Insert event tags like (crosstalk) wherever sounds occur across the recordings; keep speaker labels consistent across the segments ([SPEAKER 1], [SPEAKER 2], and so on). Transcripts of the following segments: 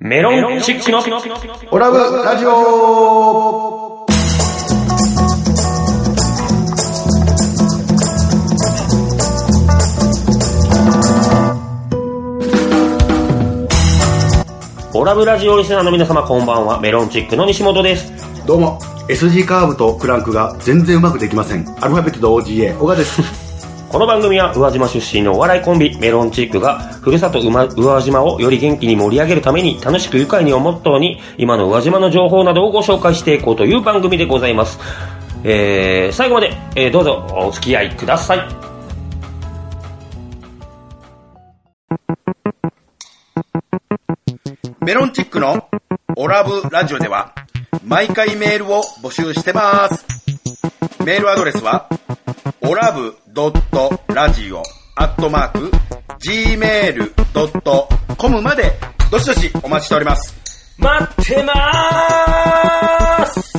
[SPEAKER 1] メロンチックの
[SPEAKER 2] オラブラジオ
[SPEAKER 1] オラブラジオリスナーの皆様こんばんは、メロンチックの西本です。
[SPEAKER 2] どうも SG カーブとクランクが全然うまくできませんアルファベットと OGA 小川です
[SPEAKER 1] この番組は宇和島出身のお笑いコンビ、メロンチックが、ふるさとうま宇和島をより元気に盛り上げるために、楽しく愉快にをモットーに、今の宇和島の情報などをご紹介していこうという番組でございます。えー、最後まで、えーどうぞお付き合いください。
[SPEAKER 3] メロンチックのオラブラジオでは毎回メールを募集してます。メールアドレスはオラブドットラジオアットマーク gmail.com までどしどしお待ちしております。
[SPEAKER 1] 待ってまーす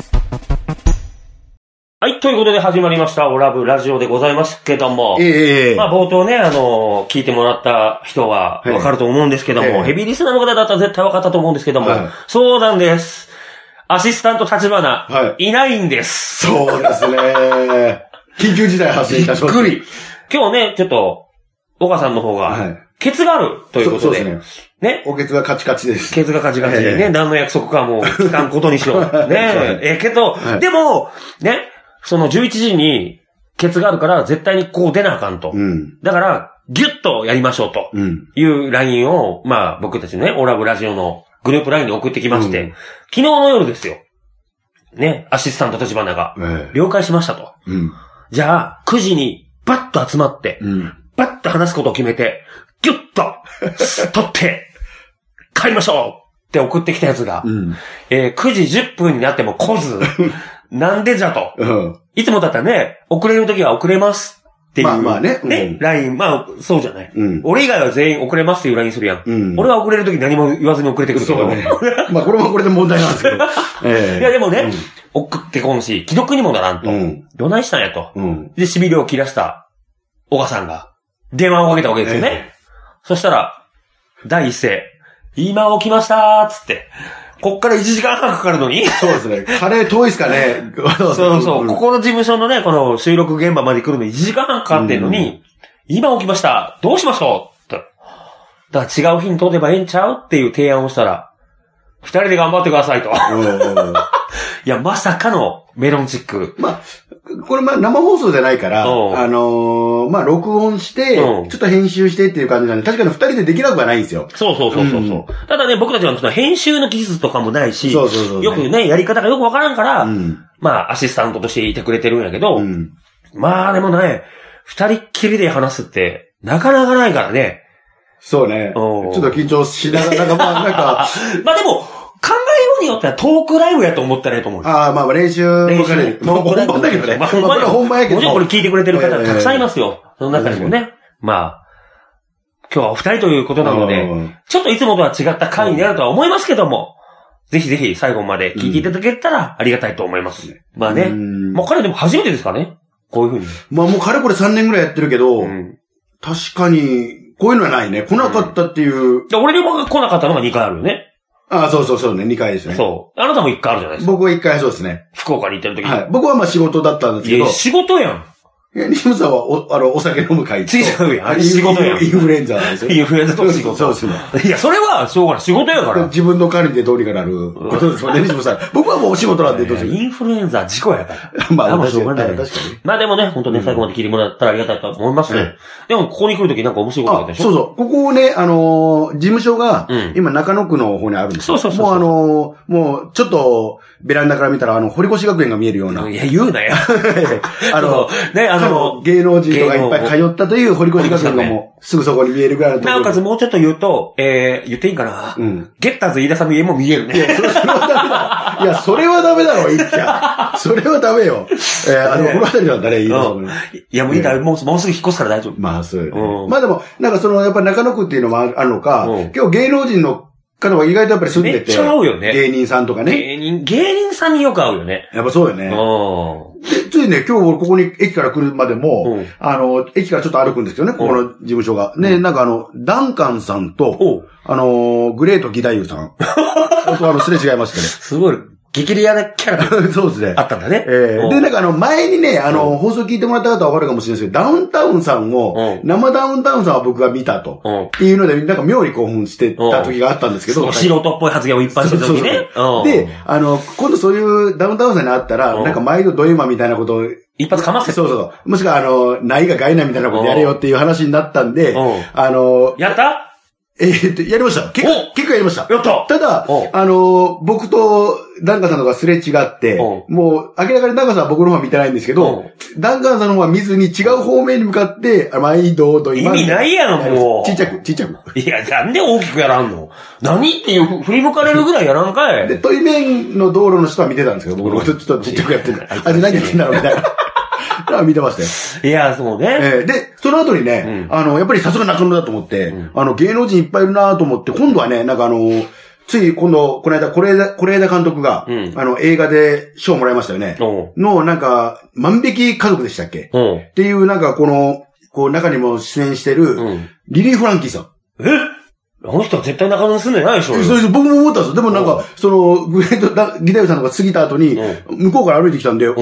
[SPEAKER 1] はい、ということで始まりました、オラブラジオでございますけども。
[SPEAKER 2] (laughs) ええ
[SPEAKER 1] まあ冒頭ね、あの聞いてもらった人は
[SPEAKER 2] はい
[SPEAKER 1] わかると思うんですけども、
[SPEAKER 2] ええ
[SPEAKER 1] ヘビーリスナーの方だったら絶対わかったと思うんですけども、
[SPEAKER 2] はい
[SPEAKER 1] そうなんです。アシスタント立花、、
[SPEAKER 2] はい
[SPEAKER 1] ないんです。
[SPEAKER 2] そうですね緊急事態発生いたしました
[SPEAKER 1] びっくり。今日ね、ちょっと、岡さんの方が、
[SPEAKER 2] はい
[SPEAKER 1] ケツがあるということで、
[SPEAKER 2] そうそう
[SPEAKER 1] ね
[SPEAKER 2] でおけつがカチカチです
[SPEAKER 1] ケツがカチカチでね、
[SPEAKER 2] ええ
[SPEAKER 1] 何の約束か
[SPEAKER 2] (laughs)
[SPEAKER 1] もう聞かんことにしろ。ねえ、ええけど、
[SPEAKER 2] はい
[SPEAKER 1] でも、ね、その11時に、ケツがあるから絶対にこう出なあかんと。
[SPEAKER 2] うん
[SPEAKER 1] だから、ギュッとやりましょうと。
[SPEAKER 2] うん
[SPEAKER 1] いうラインを、まあ僕たちのね、オラブラジオのグループラインに送ってきまして、
[SPEAKER 2] うん
[SPEAKER 1] 昨日の夜ですよ。ね、アシスタント立花が、
[SPEAKER 2] ええ
[SPEAKER 1] 了解しましたと。
[SPEAKER 2] うん
[SPEAKER 1] じゃあ、9時にバッと集まって、
[SPEAKER 2] うん
[SPEAKER 1] バッと話すことを決めて、ギュッと、取って、 (laughs) 帰りましょうって送ってきたやつが、
[SPEAKER 2] うん
[SPEAKER 1] えー9時10分になっても来
[SPEAKER 2] (laughs)
[SPEAKER 1] ず、なんでじゃと。
[SPEAKER 2] うん
[SPEAKER 1] いつもだったらね、遅れるときは遅れますっていう。
[SPEAKER 2] まあまあねうん
[SPEAKER 1] ね、ライン、まあ、そうじゃない。
[SPEAKER 2] うん
[SPEAKER 1] 俺以外は全員遅れますっていうラインするやん。
[SPEAKER 2] うん
[SPEAKER 1] 俺は遅れるとき何も言わずに遅れてくるけ
[SPEAKER 2] そ
[SPEAKER 1] ど。
[SPEAKER 2] うねまあこれもこれで問題なんですけど (laughs) え
[SPEAKER 1] (laughs)
[SPEAKER 2] え
[SPEAKER 1] いやでもね、送ってこんし、既読にもならんと。
[SPEAKER 2] うん
[SPEAKER 1] どないしたんやと。
[SPEAKER 2] うん
[SPEAKER 1] で、しびれを切らした、小川さんが、電話をかけたわけですよね。そしたら、第一声、今起きましたーっつって、こっから1時間半かかるのに、
[SPEAKER 2] そうですねカレー遠いですかね
[SPEAKER 1] そうそう、こ
[SPEAKER 2] こ
[SPEAKER 1] この事務所のね、この収録現場まで来るのに1時間半かかってんのに、今起きました、どうしましょうと。だから違う日に取ればええんちゃうっていう提案をしたら、二人で頑張ってくださいと。
[SPEAKER 2] うん
[SPEAKER 1] いや、まさかのメロンチック。
[SPEAKER 2] まあ、これまあ生放送じゃないから、あ
[SPEAKER 1] うん
[SPEAKER 2] のーまあ録音して、ち
[SPEAKER 1] う
[SPEAKER 2] ょ
[SPEAKER 1] ん
[SPEAKER 2] っと編集してっていう感じなんで、確かに二人でできなくはないんですよ。
[SPEAKER 1] そうそうそうそう。う
[SPEAKER 2] うん
[SPEAKER 1] ただね、僕たちはその編集の技術とかもないし、
[SPEAKER 2] そうそうそうね
[SPEAKER 1] よくね、やり方がよくわからんから、
[SPEAKER 2] うん。
[SPEAKER 1] まあ、アシスタントとしていてくれてるんやけど、
[SPEAKER 2] うん。
[SPEAKER 1] まあでもね、二人っきりで話すって、なかなかないからね。
[SPEAKER 2] そうね。ち
[SPEAKER 1] お
[SPEAKER 2] ょ
[SPEAKER 1] ー
[SPEAKER 2] っと緊張しながら、なんかまあ、なんか、
[SPEAKER 1] (laughs) まあでも、考えようによってはトークライブやと思ったらいいと思うよ。
[SPEAKER 2] ああ、まあまあ練習も兼ねて、まあ本番だけどね。
[SPEAKER 1] ま
[SPEAKER 2] ま
[SPEAKER 1] あ
[SPEAKER 2] あ
[SPEAKER 1] 本
[SPEAKER 2] こ
[SPEAKER 1] 番
[SPEAKER 2] れは本番やけど。
[SPEAKER 1] もちろんこれ聞いてくれてる方
[SPEAKER 2] ええ
[SPEAKER 1] たくさんいますよ。その中にもね。まあ、今日はお二人ということなので、
[SPEAKER 2] うん
[SPEAKER 1] ちょっといつもとは違った回になるとは思いますけども、ぜひぜひ最後まで聞いていただけたらありがたいと思います。まあ
[SPEAKER 2] う
[SPEAKER 1] ね。
[SPEAKER 2] ん
[SPEAKER 1] まあ彼でも初めてですかね。こういうふうに。
[SPEAKER 2] まあもうかれこれ3年ぐらいやってるけど、
[SPEAKER 1] うん
[SPEAKER 2] 確かに、こういうのはないね。来なかったっていう、
[SPEAKER 1] で俺でも来なかったのが2回あるよね。
[SPEAKER 2] ああ、そうそうそうね、2回ですね。
[SPEAKER 1] そう。あなたも1回あるじゃないですか。
[SPEAKER 2] 僕は1回そうですね。
[SPEAKER 1] 福岡に行ってる時
[SPEAKER 2] はい。僕はまあ仕事だったんで
[SPEAKER 1] に。
[SPEAKER 2] すけ
[SPEAKER 1] い
[SPEAKER 2] ど
[SPEAKER 1] や、。仕事やん。
[SPEAKER 2] いや、西本さんは、お、あの、お酒飲む会と
[SPEAKER 1] 違うやんあれ
[SPEAKER 2] イン
[SPEAKER 1] 仕事やん
[SPEAKER 2] インフルエンザなんですよ。
[SPEAKER 1] インフルエンザと仕事
[SPEAKER 2] そうそう
[SPEAKER 1] (laughs) いや、それは、しょうがない。仕事やか
[SPEAKER 2] そう。
[SPEAKER 1] ら。
[SPEAKER 2] 自分の管理でどうにかなることですもんね、西本さん。僕はもうお仕事なん (laughs) でどうする
[SPEAKER 1] インフルエンザは事故やから。
[SPEAKER 2] (laughs) まあ、
[SPEAKER 1] あもう
[SPEAKER 2] 確
[SPEAKER 1] しょう
[SPEAKER 2] か
[SPEAKER 1] が
[SPEAKER 2] に。
[SPEAKER 1] ない
[SPEAKER 2] 確かに。
[SPEAKER 1] まあでもね、本当ね、最後まで聞いてもらったらありがたいと思いますね。でも、ここに来るときなんか面白いことがあった、
[SPEAKER 2] あ
[SPEAKER 1] でし
[SPEAKER 2] そ
[SPEAKER 1] ょ
[SPEAKER 2] うそう。ここね、あのー事務所が
[SPEAKER 1] うん、
[SPEAKER 2] 今中野区の方にあるんですよ。
[SPEAKER 1] そうそうそうそう
[SPEAKER 2] もうあのーもう、ちょっと、ベランダから見たら、あの、堀越学園が見えるような。
[SPEAKER 1] いや、言うなよ。
[SPEAKER 2] あの、
[SPEAKER 1] そうね、あの、
[SPEAKER 2] 芸能人がいっぱい
[SPEAKER 1] 芸
[SPEAKER 2] 通ったという堀越学園がもう、すぐそこに見えるぐらいのところ
[SPEAKER 1] なお
[SPEAKER 2] に。
[SPEAKER 1] かつもうちょっと言うと、えー、言っていいんかな
[SPEAKER 2] うん。
[SPEAKER 1] ゲッターズ飯田さんの家も見える
[SPEAKER 2] い
[SPEAKER 1] ね。
[SPEAKER 2] や、それそれはダメだろ。いや、それはダメだろ、一家。それはダメよ。えー、あの、
[SPEAKER 1] ね
[SPEAKER 2] この辺りは誰いいの、
[SPEAKER 1] うん。いや、もういいだ、もうもうすぐ引っ越すから大丈夫。
[SPEAKER 2] まあ、そうよね、
[SPEAKER 1] うん
[SPEAKER 2] まあでも、なんかその、やっぱ中野区っていうのもあるのか
[SPEAKER 1] うん、
[SPEAKER 2] 今日芸能人の方は意外とやっぱり住んで、
[SPEAKER 1] めってちゃ合うよね
[SPEAKER 2] 芸人さんとかね。
[SPEAKER 1] 芸人、芸人さんによく合うよね。
[SPEAKER 2] やっぱそうよね。
[SPEAKER 1] う
[SPEAKER 2] でついね、今日俺ここに駅から来るまでも、
[SPEAKER 1] うん
[SPEAKER 2] あの、駅からちょっと歩くんですけどね、ここの事務所が。ね、なんかあの、ダンカンさんと、
[SPEAKER 1] ん。お
[SPEAKER 2] あのー、グレート義太夫さ
[SPEAKER 1] (laughs)
[SPEAKER 2] ん。本当あの、すれ違いまし
[SPEAKER 1] すごい、激レアなキャラ
[SPEAKER 2] た
[SPEAKER 1] が
[SPEAKER 2] ね。 (laughs) そうですね
[SPEAKER 1] あ。ったんだね。
[SPEAKER 2] え
[SPEAKER 1] う
[SPEAKER 2] ー、
[SPEAKER 1] ん
[SPEAKER 2] で、なんかあの、前にね、あの、放送聞いてもらった方はわかるかもしれないですけど、ダウンタウンさんを、
[SPEAKER 1] うん
[SPEAKER 2] 生ダウンタウンさんは僕が見たと。
[SPEAKER 1] うん。
[SPEAKER 2] っていうので、なんか妙に興奮してた時があったんですけど、
[SPEAKER 1] 素人っぽい発言をいっぱいしてる時ね。
[SPEAKER 2] そうそう
[SPEAKER 1] うん
[SPEAKER 2] で、、あの、今度そういうダウンタウンさんに会った
[SPEAKER 1] う
[SPEAKER 2] ら、
[SPEAKER 1] ん
[SPEAKER 2] なんか毎度ドエマみたいなことを、
[SPEAKER 1] 一発かませ
[SPEAKER 2] そうそう。もしくは、あの、ないが害ないみたいなことやれよっていう話になったんで、
[SPEAKER 1] うん
[SPEAKER 2] あの、
[SPEAKER 1] やった
[SPEAKER 2] えーっと、やりました。結
[SPEAKER 1] お
[SPEAKER 2] 構、結構やりました。
[SPEAKER 1] やった
[SPEAKER 2] ただ
[SPEAKER 1] うん、
[SPEAKER 2] あの、僕とダンカンさんとかすれ違って、も
[SPEAKER 1] う
[SPEAKER 2] う、明らかにダンカンさんは僕の方は見てないんですけど、ダンカンさんの方は見ずに違う方面に向かって、あ毎度ドエマ。
[SPEAKER 1] 意味ないやろもう
[SPEAKER 2] ちっちゃく、ちっちゃく。
[SPEAKER 1] いや、なんで大きくやらんの何っていうふ振り向かれるぐらいやらんか
[SPEAKER 2] で、
[SPEAKER 1] い。
[SPEAKER 2] 対面の道路の人は見てたんですけど、僕のことちょっとちっちゃくやっ
[SPEAKER 1] (laughs)
[SPEAKER 2] てた。あ、で何やってんだろうみたいな。だから見てましたよ。
[SPEAKER 1] いや、そうね。
[SPEAKER 2] えーで、その後にね、
[SPEAKER 1] う
[SPEAKER 2] あの、やっぱりさすが中野だと思って、
[SPEAKER 1] ん
[SPEAKER 2] あの、芸能人いっぱいいるなと思って、今度はね、なんかあの、つい今度、この間、これ枝、これ枝監督が、
[SPEAKER 1] うん
[SPEAKER 2] あの、映画で賞もらいましたよね。
[SPEAKER 1] うん。
[SPEAKER 2] の、なんか、万引き家族でしたっけ
[SPEAKER 1] うん。
[SPEAKER 2] っていう、なんかこの、こう、中にも出演してる、
[SPEAKER 1] うん。
[SPEAKER 2] リリー・フランキーさん。
[SPEAKER 1] えあの人は絶対中野に住んでないでしょ
[SPEAKER 2] そうです僕も思ったんですよ。でもなん
[SPEAKER 1] うん
[SPEAKER 2] か、その、グレートだ、ギタイさんとか過ぎた後に、向こうから歩いてきたんで、お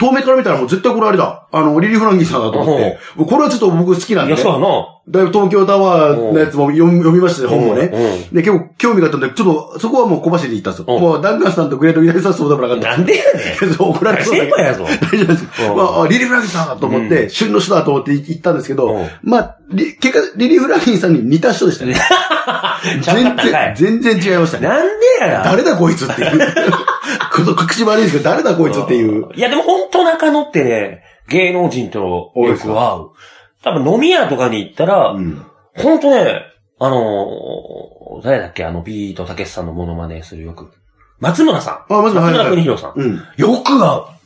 [SPEAKER 2] 遠目から見たらもう絶対これあれだ。あの、リリー・フランキーさんだと思って、これはちょっと僕好きなん
[SPEAKER 1] い
[SPEAKER 2] で
[SPEAKER 1] や、
[SPEAKER 2] ね、
[SPEAKER 1] そうやな。
[SPEAKER 2] だいぶ東京タワーのやつも読み読みましたね、本もね。
[SPEAKER 1] ね。
[SPEAKER 2] で、結構興味があったんで、ちょっと、そこはもう小走りに行ったん
[SPEAKER 1] う
[SPEAKER 2] ですよ。
[SPEAKER 1] ん
[SPEAKER 2] もう、ダンカンさんとグレート・ギタイさんはそうでもなか
[SPEAKER 1] うん。
[SPEAKER 2] っ
[SPEAKER 1] な
[SPEAKER 2] た。
[SPEAKER 1] んでやねん。
[SPEAKER 2] そう怒られそうだ
[SPEAKER 1] 先
[SPEAKER 2] けど
[SPEAKER 1] 輩やぞ。
[SPEAKER 2] 大丈夫です。
[SPEAKER 1] うん
[SPEAKER 2] まあ、あリリー・フランキーさんだと思って、旬の人だと思って行ったんですけど、
[SPEAKER 1] うん
[SPEAKER 2] まあ、リ結果、リリー・フランキーさんに似た人
[SPEAKER 1] (laughs)
[SPEAKER 2] でしたね。全然、全然違いましたね。
[SPEAKER 1] なんでや。
[SPEAKER 2] 誰だこいつっていう。この隠し悪いんですけど、誰だこいつっていう。
[SPEAKER 1] いや、でも本当中野ってね、芸能人とよ
[SPEAKER 2] 多いです
[SPEAKER 1] く合う。多分飲み屋とかに行ったら、
[SPEAKER 2] うん。
[SPEAKER 1] 本当ね、あのー誰だっけ、あの、ビートたけしさんのモノマネするよく。松村さん。
[SPEAKER 2] あ松村はい
[SPEAKER 1] 松村邦弘さん。
[SPEAKER 2] うん。
[SPEAKER 1] よく合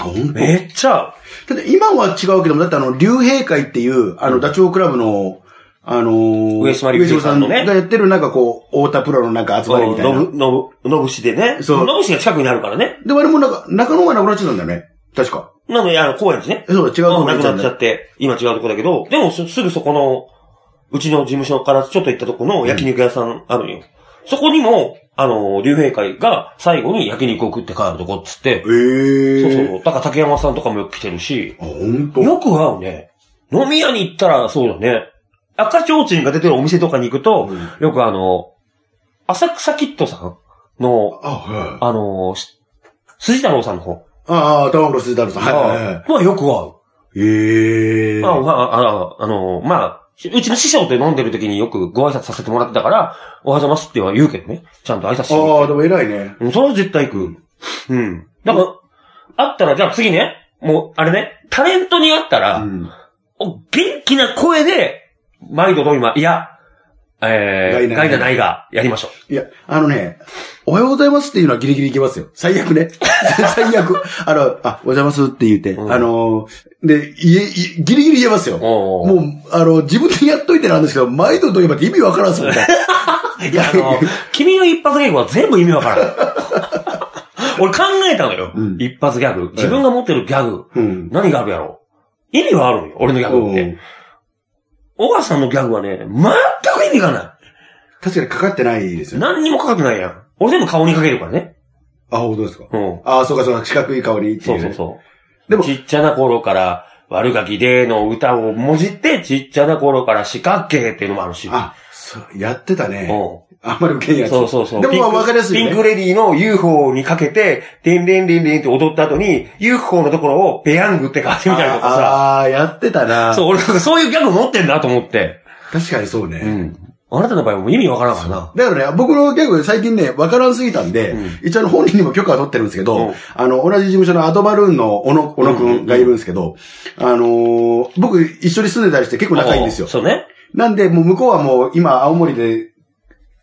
[SPEAKER 2] ほん
[SPEAKER 1] う。めっちゃ合う。
[SPEAKER 2] ただ今は違うけども、だってあの、竜兵会っていう、あの、ダチョウ倶楽部の、あのー
[SPEAKER 1] 上島竜兵さんのね
[SPEAKER 2] 上島がやってるなんかこう、太田プロのなんか集まりみたい
[SPEAKER 1] の
[SPEAKER 2] な。
[SPEAKER 1] ぶ、のぶ、のぶしでね。
[SPEAKER 2] そう
[SPEAKER 1] のぶしが近くにあるからね。
[SPEAKER 2] で、あれもなんか、中野がなくなっちゃったんだよね。確か。
[SPEAKER 1] なので、あの、公園ですね。
[SPEAKER 2] そうだ、違う
[SPEAKER 1] もう
[SPEAKER 2] とこ
[SPEAKER 1] なく
[SPEAKER 2] に行っちゃ
[SPEAKER 1] なっ
[SPEAKER 2] っ
[SPEAKER 1] たち
[SPEAKER 2] ん
[SPEAKER 1] ゃ
[SPEAKER 2] だ
[SPEAKER 1] って、今違うとこだけど、でもすすぐそこの、うちの事務所からちょっと行ったとこの焼肉屋さんあるんよ。そこにも、あの、竜兵会が最後に焼肉を食って帰るとこっつって、
[SPEAKER 2] えー。
[SPEAKER 1] そうそうそう。だから竹山さんとかもよく来てるし、
[SPEAKER 2] あ、ほんと。
[SPEAKER 1] よく合うね。飲み屋に行ったらそうだね。赤ちょうちんが出てるお店とかに行くと、
[SPEAKER 2] うん
[SPEAKER 1] よくあの、浅草キッドさんの、
[SPEAKER 2] あ、はい。
[SPEAKER 1] あの、し辻太郎さんの方。
[SPEAKER 2] ああ、玉黒鈴太郎さん。はいはいはい。
[SPEAKER 1] まあよく合う。
[SPEAKER 2] ええ
[SPEAKER 1] まあ、
[SPEAKER 2] ー。
[SPEAKER 1] まあ、ああの、まあ、うちの師匠と飲んでる時によくご挨拶させてもらってたから、おはようございますっては言うけどね。ちゃんと挨拶してる。
[SPEAKER 2] ああ、でも偉いね。
[SPEAKER 1] うんそれは絶対行く。うん。だから、あったら、じゃあ次ね、もう、あれね、タレントに会った
[SPEAKER 2] う
[SPEAKER 1] ら、
[SPEAKER 2] ん。
[SPEAKER 1] お元気な声で、毎度ど今、いや、え
[SPEAKER 2] ガイ
[SPEAKER 1] ー、
[SPEAKER 2] ナー
[SPEAKER 1] ガイナーないが、やりましょ
[SPEAKER 2] いや、あのね、おはようございますっていうのはギリギリいけますよ。最
[SPEAKER 1] (laughs)
[SPEAKER 2] 悪ね。最悪。あの、あ、おはようございますって言って、
[SPEAKER 1] うん
[SPEAKER 2] あのー、で、いえ、いギリギリ言えますよ。
[SPEAKER 1] う。
[SPEAKER 2] も
[SPEAKER 1] おー
[SPEAKER 2] う、あの、自分でやっといてなんですけど、毎度と言えばって意味わからんすもんね。
[SPEAKER 1] いや、あの、君の一発ギャグは全部意味わからん。俺考えたのよ、
[SPEAKER 2] うん
[SPEAKER 1] 一発ギャグ。自分が持ってるギャグ。
[SPEAKER 2] うん。
[SPEAKER 1] 何があるやろ意味はあるんよ、俺のギャグっ
[SPEAKER 2] う
[SPEAKER 1] て
[SPEAKER 2] ん。
[SPEAKER 1] 小川さんのギャグはね、全く意味がな
[SPEAKER 2] 確かにかかってないです
[SPEAKER 1] い。
[SPEAKER 2] よね。
[SPEAKER 1] 何にもかかってないやん。俺全部顔にかけるからね。
[SPEAKER 2] あ、本当ですか。
[SPEAKER 1] うん。
[SPEAKER 2] あ、そうかそうか、四角い顔にって
[SPEAKER 1] そ
[SPEAKER 2] いうう
[SPEAKER 1] そう
[SPEAKER 2] ね。
[SPEAKER 1] そう。
[SPEAKER 2] でも
[SPEAKER 1] ちっちゃな頃から、悪ガキでーの歌をもじって、ちっちゃな頃から四角形っていうのもあるし。
[SPEAKER 2] あ、そう、やってたね。
[SPEAKER 1] う
[SPEAKER 2] あんまり受けん
[SPEAKER 1] ん。
[SPEAKER 2] やつ。
[SPEAKER 1] そうそうそう。
[SPEAKER 2] でもまあわかりやすい
[SPEAKER 1] ピン
[SPEAKER 2] よ
[SPEAKER 1] ク
[SPEAKER 2] ね。
[SPEAKER 1] ピンクレディの UFO にかけて、デンデンデンデンって踊った後に、UFO のところをペヤングって書いてみたりとかさ。
[SPEAKER 2] ああー、やってたな。
[SPEAKER 1] そう、俺なんかそういうギャグ持ってんなと思って。
[SPEAKER 2] 確かにそうね。
[SPEAKER 1] うん。あなたの場合はもう意味わからんからな。
[SPEAKER 2] だからね、僕のギャグ最近ね、わからんすぎたんで、
[SPEAKER 1] うん
[SPEAKER 2] 一応あの本人にも許可は取ってるんですけど、
[SPEAKER 1] うん
[SPEAKER 2] あの、同じ事務所のアドバルーンの小野、小野くんがいるんですけど、あのー僕一緒に住んでたりして結構仲いいんですよ。
[SPEAKER 1] そうね。
[SPEAKER 2] なんで、もう向こうはもう今青森で、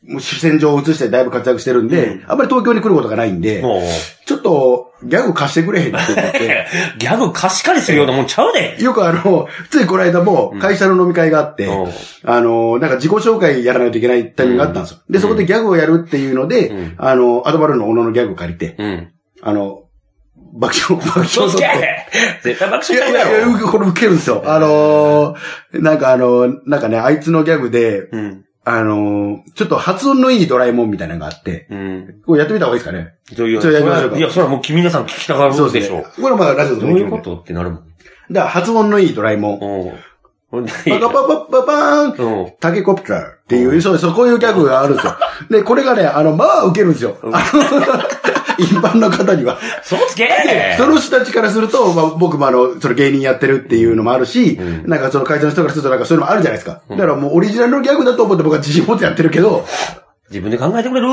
[SPEAKER 2] もう主戦場を移してだいぶ活躍してるんで、
[SPEAKER 1] う
[SPEAKER 2] あんまり東京に来ることがないんで、
[SPEAKER 1] もう、
[SPEAKER 2] ちょっとギャグ貸してくれへんって言
[SPEAKER 1] (laughs)
[SPEAKER 2] って。
[SPEAKER 1] ギャグ貸し借りするようなもんちゃうで。
[SPEAKER 2] よくあの、ついこの間も会社の飲み会があって、
[SPEAKER 1] うん
[SPEAKER 2] あの、なんか自己紹介やらないといけないタイミングがあったんですよ。で、そこでギャグをやるっていうので、
[SPEAKER 1] うん
[SPEAKER 2] あの、アドバルーンの小野のギャグを借りて、
[SPEAKER 1] うん。
[SPEAKER 2] あの、爆笑、
[SPEAKER 1] (laughs)
[SPEAKER 2] 爆笑
[SPEAKER 1] 嘘つけ
[SPEAKER 2] 取って
[SPEAKER 1] 絶対爆
[SPEAKER 2] い
[SPEAKER 1] 笑ちゃ
[SPEAKER 2] や
[SPEAKER 1] う
[SPEAKER 2] い
[SPEAKER 1] や
[SPEAKER 2] やい
[SPEAKER 1] ろ。
[SPEAKER 2] や、これ受けるんですよ。あのー、なんかあのー、なんかね、あいつのギャグで、
[SPEAKER 1] うん。
[SPEAKER 2] あのー、ちょっと発音のいいドラえもんみたいなのがあって、
[SPEAKER 1] うん。
[SPEAKER 2] これやってみた方がいいですかね。
[SPEAKER 1] どういう
[SPEAKER 2] ちょやりましょうか
[SPEAKER 1] いや、それはもう君皆さん聞きたが
[SPEAKER 2] そう
[SPEAKER 1] るで
[SPEAKER 2] です
[SPEAKER 1] しょ
[SPEAKER 2] ね。。これまあラジオで
[SPEAKER 1] どう
[SPEAKER 2] もで
[SPEAKER 1] い
[SPEAKER 2] きる
[SPEAKER 1] うん
[SPEAKER 2] で
[SPEAKER 1] こ。とってなるもん。
[SPEAKER 2] だから発音のいいドラえもん。パ
[SPEAKER 1] おうほんで
[SPEAKER 2] カパパパパーン
[SPEAKER 1] うん。
[SPEAKER 2] タケコプターっていう、そう、そうこういうギャグがあるん (laughs) ですよ。で、これがね、あの、まあ受けるんですよ。あの (laughs) 一般の方には。
[SPEAKER 1] 嘘つけ
[SPEAKER 2] その人たちからすると、まあ、僕もあの、その芸人やってるっていうのもあるし、
[SPEAKER 1] うん
[SPEAKER 2] なんかその会社の人からするとなんかそういうのもあるじゃないですか。だからもうオリジナルのギャグだと思って僕は自信持ってやってるけど、
[SPEAKER 1] 自分で考えてくれる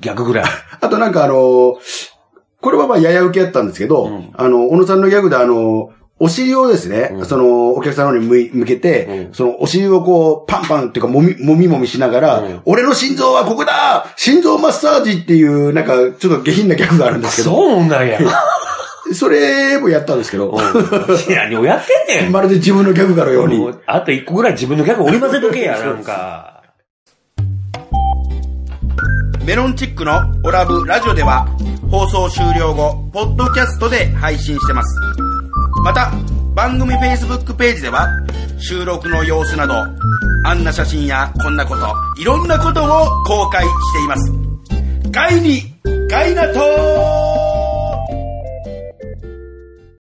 [SPEAKER 1] 逆ぐらい。
[SPEAKER 2] あとなんかあのこれはまあやや受けやったんですけど、
[SPEAKER 1] うん
[SPEAKER 2] あの、小野さんのギャグであのお尻をですね、
[SPEAKER 1] うん
[SPEAKER 2] その、お客さんの方に向い向けて、
[SPEAKER 1] うん
[SPEAKER 2] その、お尻をこう、パンパンっていうか、もみ、もみもみしながら、
[SPEAKER 1] うん
[SPEAKER 2] 俺の心臓はここだ心臓マッサージっていう、なんか、ちょっと下品なギャグがあるんですけど、
[SPEAKER 1] そうなんや。
[SPEAKER 2] それもやったんですけど、
[SPEAKER 1] うんいや、何をやってんねん。
[SPEAKER 2] まるで自分のギャグがあるように。
[SPEAKER 1] もうあと一個ぐらい自分のギャグ織り交ぜとけや、なんか。
[SPEAKER 3] メロンチックのオラブラジオでは放送終了後、ポッドキャストで配信してます。また、番組 Facebook ページでは収録の様子など、あんな写真やこんなこと、いろんなことを公開しています。ガイに、ガイナトー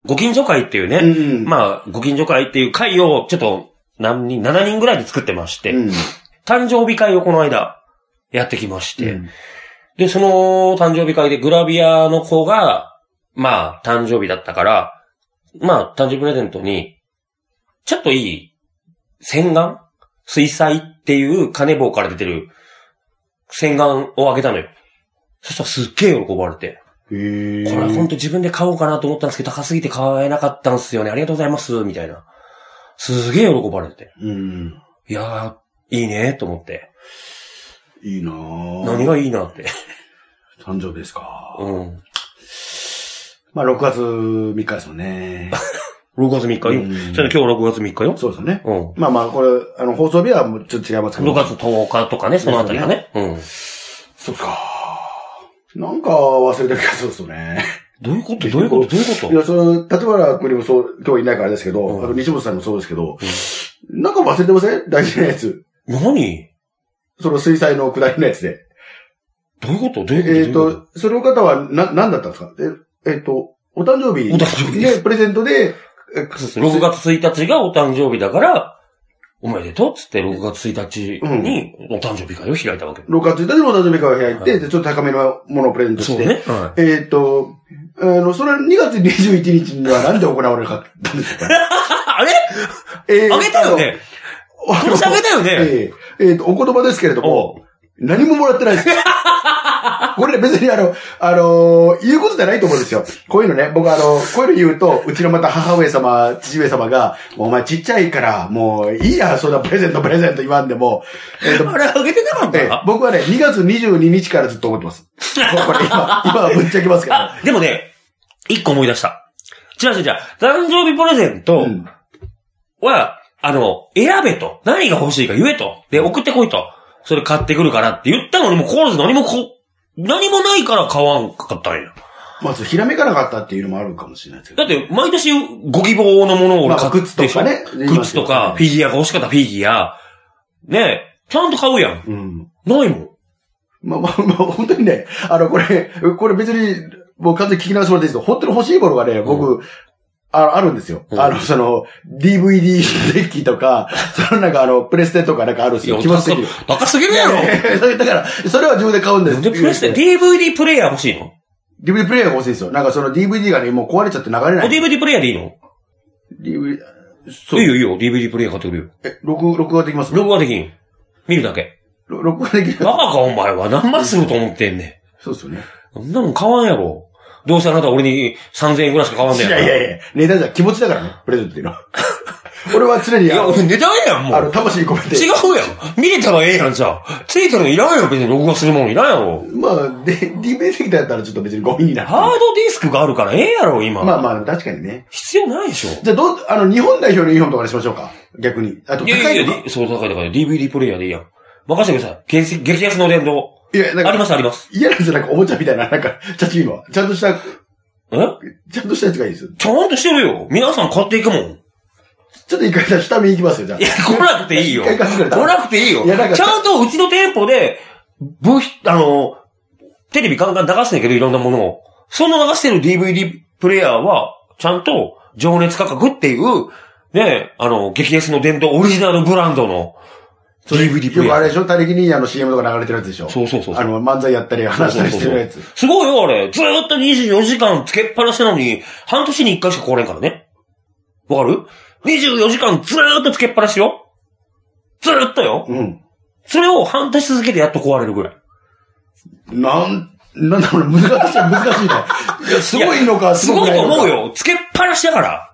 [SPEAKER 1] ご近所会っていうね、
[SPEAKER 2] うん
[SPEAKER 1] まあ、ご近所会っていう会を、ちょっと、何人、7人ぐらいで作ってまして、
[SPEAKER 2] うん
[SPEAKER 1] 誕生日会をこの間、やってきまして、
[SPEAKER 2] うん
[SPEAKER 1] で、その誕生日会でグラビアの子が、まあ、誕生日だったから、まあ、誕生日プレゼントに、ちょっといい、洗顔水彩っていう金棒から出てる洗顔をあげたのよ。そしたらすっげえ喜ばれて。
[SPEAKER 2] へ
[SPEAKER 1] これ
[SPEAKER 2] ー
[SPEAKER 1] ほんと自分で買おうかなと思ったんですけど、高すぎて買えなかったんですよね。ありがとうございます。みたいな。すげえ喜ばれて。
[SPEAKER 2] うん。
[SPEAKER 1] いやー、いいねと思って。
[SPEAKER 2] いいなぁ
[SPEAKER 1] 何がいいなって。
[SPEAKER 2] 誕生日ですか。
[SPEAKER 1] うん。
[SPEAKER 2] まあ、6月3日ですも
[SPEAKER 1] (laughs)
[SPEAKER 2] んね。
[SPEAKER 1] 6月3日、
[SPEAKER 2] うん
[SPEAKER 1] それで今日6月3日よ。
[SPEAKER 2] そうですよね。
[SPEAKER 1] うん。
[SPEAKER 2] まあまあ、これ、あの、放送日はもうちょっと違いますけど。
[SPEAKER 1] 6月10日とかね、そのあたりがね。うん。
[SPEAKER 2] そっか。なんか忘れてる気がするっすよね。
[SPEAKER 1] どういうことどういうことどう
[SPEAKER 2] い
[SPEAKER 1] いうこ
[SPEAKER 2] や、その、立花君にもそう、今日いないからですけど、
[SPEAKER 1] うん
[SPEAKER 2] あと西本さんにもそうですけど、なんか忘れてません大事なやつ。
[SPEAKER 1] と何
[SPEAKER 2] その水彩の下りのやつで。
[SPEAKER 1] どういうことどういうことど
[SPEAKER 2] えっ、、
[SPEAKER 1] ういうこと
[SPEAKER 2] その方は、な、なんだったんですかえ、えっ、と、お誕生日。
[SPEAKER 1] お誕生日で
[SPEAKER 2] プレゼントで、え
[SPEAKER 1] と ?6。月1日がお誕生日だから、おめでとうっつって6月1日にお誕生日会を開いたわけ。
[SPEAKER 2] 6月1日にお誕生日会を開い
[SPEAKER 1] は
[SPEAKER 2] て、でちょっと高めのものをプレゼント
[SPEAKER 1] そ
[SPEAKER 2] し
[SPEAKER 1] う
[SPEAKER 2] て、
[SPEAKER 1] ね。は
[SPEAKER 2] えっ、と、あの、それは2月21日にはなんで行われなかったんです
[SPEAKER 1] (laughs)
[SPEAKER 2] か
[SPEAKER 1] い。あれ
[SPEAKER 2] えー
[SPEAKER 1] あげたよね
[SPEAKER 2] あの
[SPEAKER 1] 今年あげたよね
[SPEAKER 2] えええーと、お言葉ですけれど
[SPEAKER 1] お
[SPEAKER 2] も、何ももらってな
[SPEAKER 1] (laughs)
[SPEAKER 2] いです。これね別にあの、あのー言うことじゃないと思うんですよ。こういうのね、僕あの、こういうの言うと、うちのまた母上様、父上様が、お前ちっちゃいから、もういいや、そんなプレゼントプレゼント言わんでも、えーと
[SPEAKER 1] あれあげてなかっ (laughs)
[SPEAKER 2] え
[SPEAKER 1] た
[SPEAKER 2] ー僕はね、2月22日からずっと思っ
[SPEAKER 1] (laughs)
[SPEAKER 2] てます。これ今、今はぶっちゃけますけど。
[SPEAKER 1] あ、でもね、一個思い出した。違う違う違う。誕生日プレゼント
[SPEAKER 2] うん
[SPEAKER 1] は、あの、選べと。何が欲しいか言えと。で、送ってこいと。それ買ってくるからって言ったのにも、コールズ何もこ、何もないから買わんかったんや。
[SPEAKER 2] まず、ひらめかなかったっていうのもあるかもしれないですけ
[SPEAKER 1] だ
[SPEAKER 2] ど。
[SPEAKER 1] って、毎年ご希望のものを俺
[SPEAKER 2] ま
[SPEAKER 1] 買
[SPEAKER 2] あ
[SPEAKER 1] って
[SPEAKER 2] 靴とかね
[SPEAKER 1] でしょ靴とか、フ
[SPEAKER 2] 言
[SPEAKER 1] ィギュアが欲しかったフィギュア。ねえ、ちゃんと買うやん。
[SPEAKER 2] うん。
[SPEAKER 1] ないもん。
[SPEAKER 2] まあまあまあ、本当にね、あの、これ、これ別に、もう完全に聞き直してもらっていいですけど、本当に欲しいものがね、僕、ああるんですよ。
[SPEAKER 1] うん
[SPEAKER 2] あの、その、DVD デッキ
[SPEAKER 1] (laughs)
[SPEAKER 2] とか、そのなんかあの、プレステとかなんかあるんですよ。気持ち的に。
[SPEAKER 1] 高高すぎるやろ。
[SPEAKER 2] (laughs) だから、それは自分で買うんです
[SPEAKER 1] で、プレステ、DVD プレイヤー欲しいの
[SPEAKER 2] DVD プレイヤーが欲しいんですよ。なんかその DVD がね、もう壊れちゃって流れ
[SPEAKER 1] お
[SPEAKER 2] ない。
[SPEAKER 1] DVD プレイヤーでいいの
[SPEAKER 2] DVD、
[SPEAKER 1] いいよいいよ、DVD プレイヤー買ってくるよ。
[SPEAKER 2] え、録、録画できます
[SPEAKER 1] 録画できん。見るだ
[SPEAKER 2] (laughs)
[SPEAKER 1] け。
[SPEAKER 2] ろ録画できる。
[SPEAKER 1] バカかお前は何枚すると思ってんね
[SPEAKER 2] そうですよね。
[SPEAKER 1] ん。そんなもん買わんやろ。どうせあなた俺に3000円ぐらいしか買わん
[SPEAKER 2] い
[SPEAKER 1] ねん
[SPEAKER 2] やいやいや、値段じゃ気持ちだからね、プレゼントっていうのは。 (laughs) 俺は常に、
[SPEAKER 1] い
[SPEAKER 2] あ
[SPEAKER 1] や、
[SPEAKER 2] の、
[SPEAKER 1] ネタやん、も
[SPEAKER 2] あの
[SPEAKER 1] う。
[SPEAKER 2] 魂込めて。
[SPEAKER 1] 違うやん。見れたらええやん、じゃあ。ついてるのいらんよ、別に録画するもんいらんやろ。
[SPEAKER 2] まあ、で、D 面積だったらちょっと別にゴミになる。
[SPEAKER 1] ハードディスクがあるからええやろ、今。
[SPEAKER 2] まあまあ、確かにね。
[SPEAKER 1] 必要ないでしょ。
[SPEAKER 2] じゃあ、どう、あの、日本代表のユニフォームとかにしましょうか。逆に。あと、
[SPEAKER 1] いや
[SPEAKER 2] 高
[SPEAKER 1] いや
[SPEAKER 2] い
[SPEAKER 1] い
[SPEAKER 2] の
[SPEAKER 1] や
[SPEAKER 2] か。、
[SPEAKER 1] そう高い高い。DVD プレイヤーでいいやん。任せてください。激激安の電動。
[SPEAKER 2] いや、なん
[SPEAKER 1] ありま
[SPEAKER 2] か、
[SPEAKER 1] す、あります。
[SPEAKER 2] 嫌なんですよ、なんかおもちゃみたいな、なんか、チャチーの。ちゃんとした、ち
[SPEAKER 1] え
[SPEAKER 2] ゃんとしたやつがいいですよ。
[SPEAKER 1] ちゃんとしてるよ。皆さん買っていくもん。
[SPEAKER 2] ちょっと一回さ、下見行きますよ、じゃあ
[SPEAKER 1] い。や、来なくていいよ。
[SPEAKER 2] 一回
[SPEAKER 1] 来
[SPEAKER 2] 買ってくれた
[SPEAKER 1] なくていいよ。
[SPEAKER 2] いやなんか
[SPEAKER 1] ちゃんとうちの店舗で、部品、あの、テレビガンガン流すんやけど、いろんなものを。その流してる DVD プレイヤーは、ちゃんと、情熱価格っていう、ね、あの、激安の伝統オリジナルブランドの DVD プ
[SPEAKER 2] よ
[SPEAKER 1] レイ
[SPEAKER 2] くあ
[SPEAKER 1] ヤー。
[SPEAKER 2] れでしょ、タレキニーヤの CM とか流れてるやつでしょ。
[SPEAKER 1] そうそうそうそう
[SPEAKER 2] あの、漫才やったり話したりしてるやつ。
[SPEAKER 1] すごいよ、あれ。ずーっと24時間つけっぱなしなのに、半年に1回しか来れんからね。わかる ?24 時間ずーっとつけっぱなしよ。ずーっとよ。
[SPEAKER 2] うん。
[SPEAKER 1] それを半年続けてやっと壊れるぐらい。
[SPEAKER 2] なん、なんだろう、難しい、難しいね。いや、すごいのか、
[SPEAKER 1] すごい
[SPEAKER 2] くな
[SPEAKER 1] と
[SPEAKER 2] のか
[SPEAKER 1] 思う。よ。つけっぱなしだから。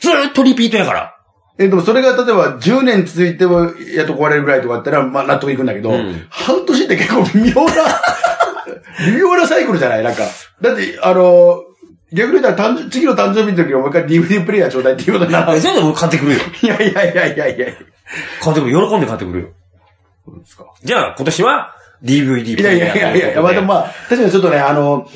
[SPEAKER 1] ずーっとリピートやから。
[SPEAKER 2] え、でもそれが例えば10年続いてもやっと壊れるぐらいとかだったら、まあ納得いくんだけど、
[SPEAKER 1] うん
[SPEAKER 2] 半年って結構微妙な、 (laughs) 微妙なサイクルじゃないなんか。だって、あの、逆に言ったら誕生次の誕生日の時にもう一回 DVD プレイヤーちょうだいっていうことにな
[SPEAKER 1] あ (laughs)
[SPEAKER 2] る。
[SPEAKER 1] 全部買ってくるよ。
[SPEAKER 2] いやいやいやいやいや。
[SPEAKER 1] 買ってくる。喜んで買ってくるよ。
[SPEAKER 2] そうですか。
[SPEAKER 1] じゃあ、今年は DVD
[SPEAKER 2] いやいやいやいやいや、まあでもまあ、確かにちょっとね、あの、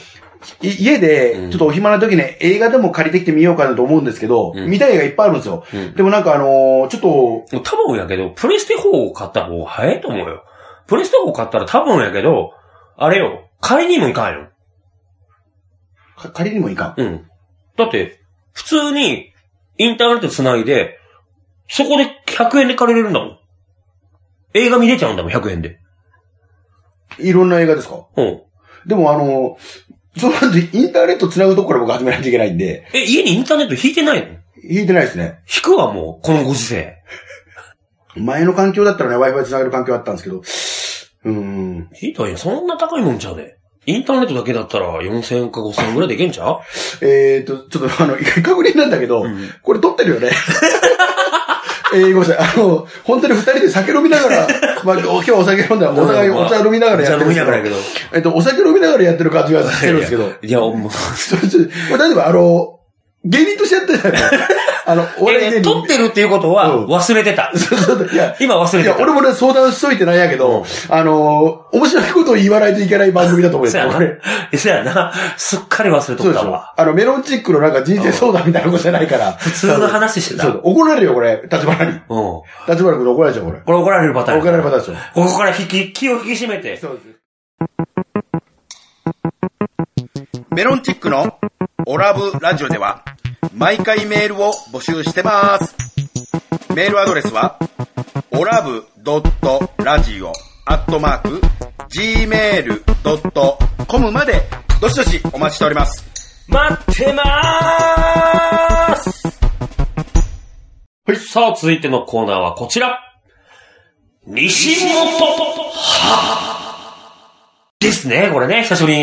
[SPEAKER 2] い家で、ちょっとお暇な時ね、映画でも借りてきてみようかなと思うんですけど、
[SPEAKER 1] うん
[SPEAKER 2] 見たい映画いっぱいあるんですよ。
[SPEAKER 1] うん
[SPEAKER 2] でもなんかあのちょっと、
[SPEAKER 1] もう多分やけど、プレステ4を買った方が早いと思うよ。プレステ4を買ったら多分やけど、あれよ、買いにもいかんよ。
[SPEAKER 2] か借りにもいかん。
[SPEAKER 1] うん。だって、普通にインターネット繋いで、そこで100円で借りれるんだもん。映画見れちゃうんだもん、100円で。
[SPEAKER 2] いろんな映画ですか
[SPEAKER 1] うん。
[SPEAKER 2] でもあの、そうなんで、インターネット繋ぐとこから僕始めないといけないんで、
[SPEAKER 1] え、家にインターネット引いてないの
[SPEAKER 2] 引いてないですね。
[SPEAKER 1] 引くわ、もう、このご時世。
[SPEAKER 2] 前の環境だったらね、Wi-Fi 繋げる環境あったんですけど、うーん。
[SPEAKER 1] ひどいよ、そんな高いもんちゃうで。インターネットだけだったら4000円か5000円ぐらいでいけんちゃう
[SPEAKER 2] えーと、ちょっとあの、一回確認なんだけど、
[SPEAKER 1] ん
[SPEAKER 2] これ撮ってるよね。 (laughs) えー、ごめんなさい。あの、本当に二人で酒飲みながら、まあ、今日お酒飲んだら、お互いお茶飲みながらやって
[SPEAKER 1] お茶
[SPEAKER 2] るんです
[SPEAKER 1] 飲みながらや
[SPEAKER 2] け
[SPEAKER 1] け
[SPEAKER 2] (laughs) ど
[SPEAKER 1] ど。
[SPEAKER 2] えっと、お酒飲みながらやってる感じがしてるんですけど。 (laughs)
[SPEAKER 1] いや、もう、
[SPEAKER 2] ちょちょこれ大丈夫あの、芸人としてやってたよね。あの、お笑
[SPEAKER 1] (laughs)
[SPEAKER 2] い
[SPEAKER 1] え
[SPEAKER 2] 芸
[SPEAKER 1] ー
[SPEAKER 2] 人。
[SPEAKER 1] 撮ってるっていうこと
[SPEAKER 2] う
[SPEAKER 1] は
[SPEAKER 2] ん
[SPEAKER 1] 忘れてた。
[SPEAKER 2] そうそう (laughs) そういや、
[SPEAKER 1] 今忘れ
[SPEAKER 2] い
[SPEAKER 1] て
[SPEAKER 2] や、
[SPEAKER 1] た。
[SPEAKER 2] 俺もね、相談しといてないんやけど、あのー面白いことを言わないといけない番組だと思うん
[SPEAKER 1] (laughs) そ
[SPEAKER 2] です
[SPEAKER 1] や
[SPEAKER 2] よ、
[SPEAKER 1] な
[SPEAKER 2] これ。。
[SPEAKER 1] そやな。すっかり忘れ
[SPEAKER 2] そ
[SPEAKER 1] と
[SPEAKER 2] う
[SPEAKER 1] っ
[SPEAKER 2] で
[SPEAKER 1] た
[SPEAKER 2] しょ
[SPEAKER 1] わ。。
[SPEAKER 2] あの、メロンチックのなんか人生相談みたいなことじゃないから。普
[SPEAKER 1] 普通の話してた。。、
[SPEAKER 2] そううん怒られるよ、これ。立
[SPEAKER 1] (laughs)
[SPEAKER 2] 花に。
[SPEAKER 1] こ
[SPEAKER 2] 立花君怒られちゃう、これ。
[SPEAKER 1] れ怒られるパターン。
[SPEAKER 2] 怒られるパターンでし
[SPEAKER 1] ここから引き、気を引き締めて。
[SPEAKER 2] ょ。そうです。
[SPEAKER 3] メロンチックのオラブラジオでは毎回メールを募集してます。メールアドレスはオラブドットラジオアットマーク gmail.com までどしどしお待ちしております。
[SPEAKER 1] 待ってまーすはい。さあ、続いてのコーナーはこちら。西本ですね、これね。久しぶり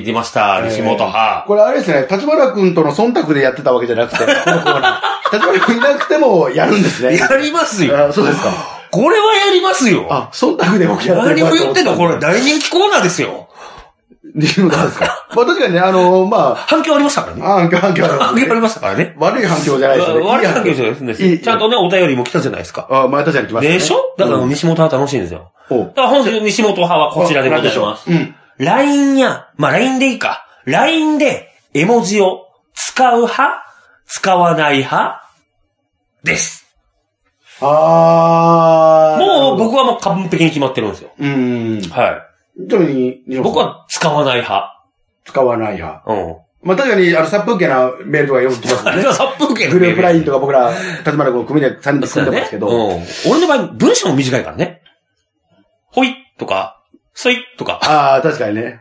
[SPEAKER 1] に出ました。西本派。
[SPEAKER 2] これあれですね、立花君との忖度でやってたわけじゃなくて、このコーナ
[SPEAKER 1] (laughs)
[SPEAKER 2] ー。立花君いなくてもやるんですね。
[SPEAKER 1] やりますよ。
[SPEAKER 2] あそうですか。
[SPEAKER 1] これはやりますよ。
[SPEAKER 2] あ、忖度で僕やって
[SPEAKER 1] 何
[SPEAKER 2] る
[SPEAKER 1] を言ってんのこれ
[SPEAKER 2] だ。
[SPEAKER 1] 大人気コーナーですよ。
[SPEAKER 2] 理由なんですか。まあ確かにね、あのーま
[SPEAKER 1] 反響ありましたからね。
[SPEAKER 2] あ、あ、反響、反響あ
[SPEAKER 1] 反
[SPEAKER 2] る
[SPEAKER 1] 響ありましたからね。
[SPEAKER 2] 悪い反響じゃないですよね。
[SPEAKER 1] 悪い反響じゃないです
[SPEAKER 2] い
[SPEAKER 1] ね。
[SPEAKER 2] い
[SPEAKER 1] ちゃんとね、お便りも来たじゃないですか。
[SPEAKER 2] あ、前田ちゃん来ました、ね。
[SPEAKER 1] でしょだから
[SPEAKER 2] うん
[SPEAKER 1] 西本派楽しいんですよ。
[SPEAKER 2] お
[SPEAKER 1] だから本日の西本派はこちらでございます。
[SPEAKER 2] うん。
[SPEAKER 1] LINE や、まあ、LINE でいいか。LINE で絵文字を使う派、使わない派です。
[SPEAKER 2] あー。
[SPEAKER 1] もう
[SPEAKER 2] なるほど、
[SPEAKER 1] 僕はもう完璧に決まってるんですよ。
[SPEAKER 2] うん。
[SPEAKER 1] は
[SPEAKER 2] 特に、
[SPEAKER 1] い。僕は使わない派。
[SPEAKER 2] 使わないや。
[SPEAKER 1] うん。
[SPEAKER 2] まあ、確かに、あの、殺風景なメールとかよく来ます
[SPEAKER 1] あ
[SPEAKER 2] (laughs) もん
[SPEAKER 1] れ
[SPEAKER 2] ね。
[SPEAKER 1] は殺風景の
[SPEAKER 2] グループライン
[SPEAKER 1] と
[SPEAKER 2] とか僕ら、立花君組で3人で組んでますけど、
[SPEAKER 1] うん。俺の場合、文章も短いからね。ほいとか、そいとか。
[SPEAKER 2] ああ、確かにね。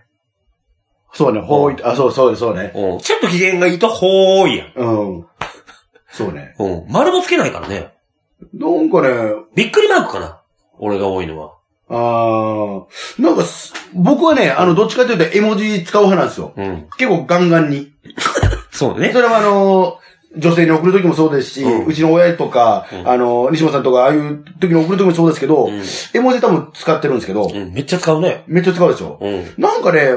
[SPEAKER 2] そうね、ほうい、あ、そうそう、そうね。
[SPEAKER 1] うん。ちょっと機嫌がいいと、ほーいやん。
[SPEAKER 2] うん。そうね。
[SPEAKER 1] うん。丸もつけないからね。
[SPEAKER 2] なんかね、
[SPEAKER 1] びっくりマークかな。俺が多いのは。
[SPEAKER 2] ああ、なんかす、僕はね、あの、どっちかというと絵文字使う派なんですよ。
[SPEAKER 1] うん。
[SPEAKER 2] 結構ガンガンに。
[SPEAKER 1] そうね
[SPEAKER 2] そ。れはあの女性に送る時もそうですし、うちの親とか、あの、西本さんとか、ああいう時に送る時もそうですけど、絵文字多分使ってるんですけど、
[SPEAKER 1] うん、めっちゃ使うね。
[SPEAKER 2] めっちゃ使うでしょ。
[SPEAKER 1] うん。
[SPEAKER 2] なんかね、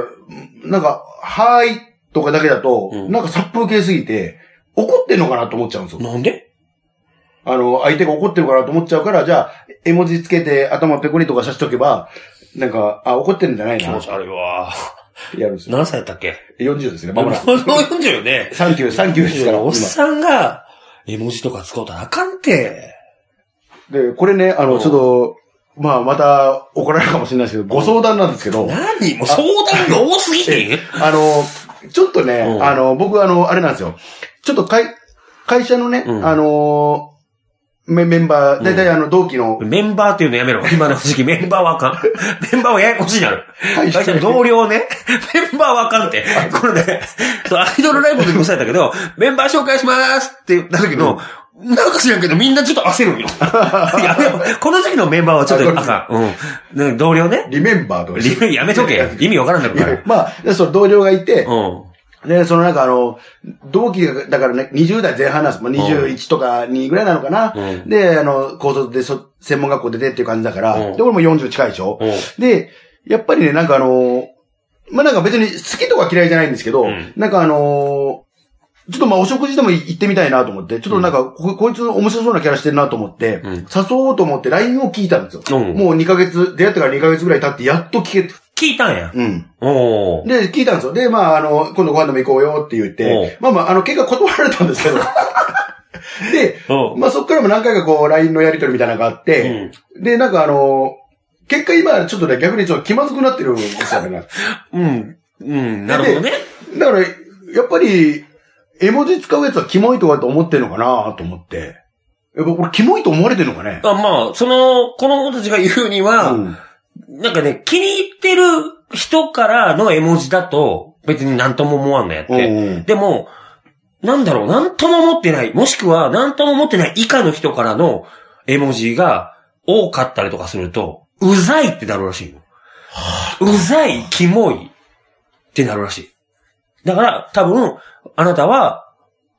[SPEAKER 2] なんか、はーいとかだけだと、なんか殺風景すぎて、怒ってんのかなと思っちゃうんですよ。
[SPEAKER 1] なんで
[SPEAKER 2] あの、相手が怒ってるかなと思っちゃうから、じゃあ、絵文字つけて頭ペコリとかさしとけば、なんか、あ、怒ってるんじゃない
[SPEAKER 1] 気
[SPEAKER 2] な
[SPEAKER 1] 持ち、悪いわ。
[SPEAKER 2] やるんですよ。
[SPEAKER 1] 何歳やったっけ
[SPEAKER 2] 40ですね、
[SPEAKER 1] も
[SPEAKER 2] ま
[SPEAKER 1] う
[SPEAKER 2] もなく。
[SPEAKER 1] 40よね。
[SPEAKER 2] サンキュー、サンキューですから、
[SPEAKER 1] おっ
[SPEAKER 2] 今
[SPEAKER 1] さんが、絵文字とか使うたらあかんて。
[SPEAKER 2] で、これね、あ
[SPEAKER 1] うん
[SPEAKER 2] の、ちょっと、まあ、また怒られるかもしれないですけど、ご相談なんですけど、
[SPEAKER 1] 何もう相談が多すぎ (laughs) ひん
[SPEAKER 2] あの、ちょっとね、
[SPEAKER 1] うん
[SPEAKER 2] あの、僕、あの、あれなんですよ。ちょっと会、会社のね、
[SPEAKER 1] うん
[SPEAKER 2] あの、メメンバー、だいたいあの、同期の、
[SPEAKER 1] メンバーっていうのやめろ。今の時期メンバーはあかん。メンバーはややこしいなる。
[SPEAKER 2] 会社
[SPEAKER 1] 会社の同僚ね。 (laughs) メンバーはあかんって。これね、そうアイドルライブの時もそうやったけど、メンバー紹介しますって言った時の、なんか知らんけどみんなちょっと焦るん (laughs) よ。いやでもこの時期のメンバーはちょっとあかん。うんね。同僚 (laughs) ね。
[SPEAKER 2] リメンバーとかして
[SPEAKER 1] やめとけ。意味わからんだろ、これ。
[SPEAKER 2] まあ、でその同僚がいて、
[SPEAKER 1] うん。
[SPEAKER 2] で、そのなんかあの、同期がだからね、20代前半なんですもん。21とか2ぐらいなのかな。
[SPEAKER 1] うん
[SPEAKER 2] で、あの、高卒でそ専門学校出てっていう感じだから、
[SPEAKER 1] うん
[SPEAKER 2] で、俺も40近いでしょ。
[SPEAKER 1] うん
[SPEAKER 2] で、やっぱりね、なんかあの、まあ、なんか別に好きとか嫌いじゃないんですけど、
[SPEAKER 1] うん
[SPEAKER 2] なんかあの、ちょっとまあお食事でも行ってみたいなと思って、ちょっとなんか、ここいつ面白そうなキャラしてるなと思って、
[SPEAKER 1] うん
[SPEAKER 2] 誘おうと思って LINE を聞いたんですよ。
[SPEAKER 1] うん
[SPEAKER 2] もう2ヶ月、出会ってから2ヶ月ぐらい経ってやっと聞けて、
[SPEAKER 1] 聞いたんや。
[SPEAKER 2] うん。
[SPEAKER 1] おー。
[SPEAKER 2] で、聞いたんですよ。で、まあ、あの、今度ご飯でも行こうよって言っ
[SPEAKER 1] お
[SPEAKER 2] て
[SPEAKER 1] う、
[SPEAKER 2] まあまあ、あの、結果断られた
[SPEAKER 1] (laughs)
[SPEAKER 2] んですけど。で、
[SPEAKER 1] お
[SPEAKER 2] まあそっからも何回かこう、LINE のやり取りみたいなのがあって、で、なんかあの、結果今、ちょっとね、逆にちょっと気まずくなってるんです
[SPEAKER 1] (laughs)
[SPEAKER 2] よね。
[SPEAKER 1] うん。うん。なるほどね。
[SPEAKER 2] だから、やっぱり、絵文字使うやつはキモいとかと思ってるのかなと思って。やっぱこれキモいと思われてるのかね
[SPEAKER 1] あまあ、その、この子たちが言うには、
[SPEAKER 2] うん。
[SPEAKER 1] なんかね、気に入ってる人からの絵文字だと、別になんとも思わんのやっ
[SPEAKER 2] うん
[SPEAKER 1] て。
[SPEAKER 2] うん
[SPEAKER 1] でも、なんだろう、なんとも思ってない、もしくは、なんとも思ってない以下の人からの絵文字が多かったりとかすると、うざいってなるらしいよ。うざい、キモいってなるらしい。だから、多分、あなたは、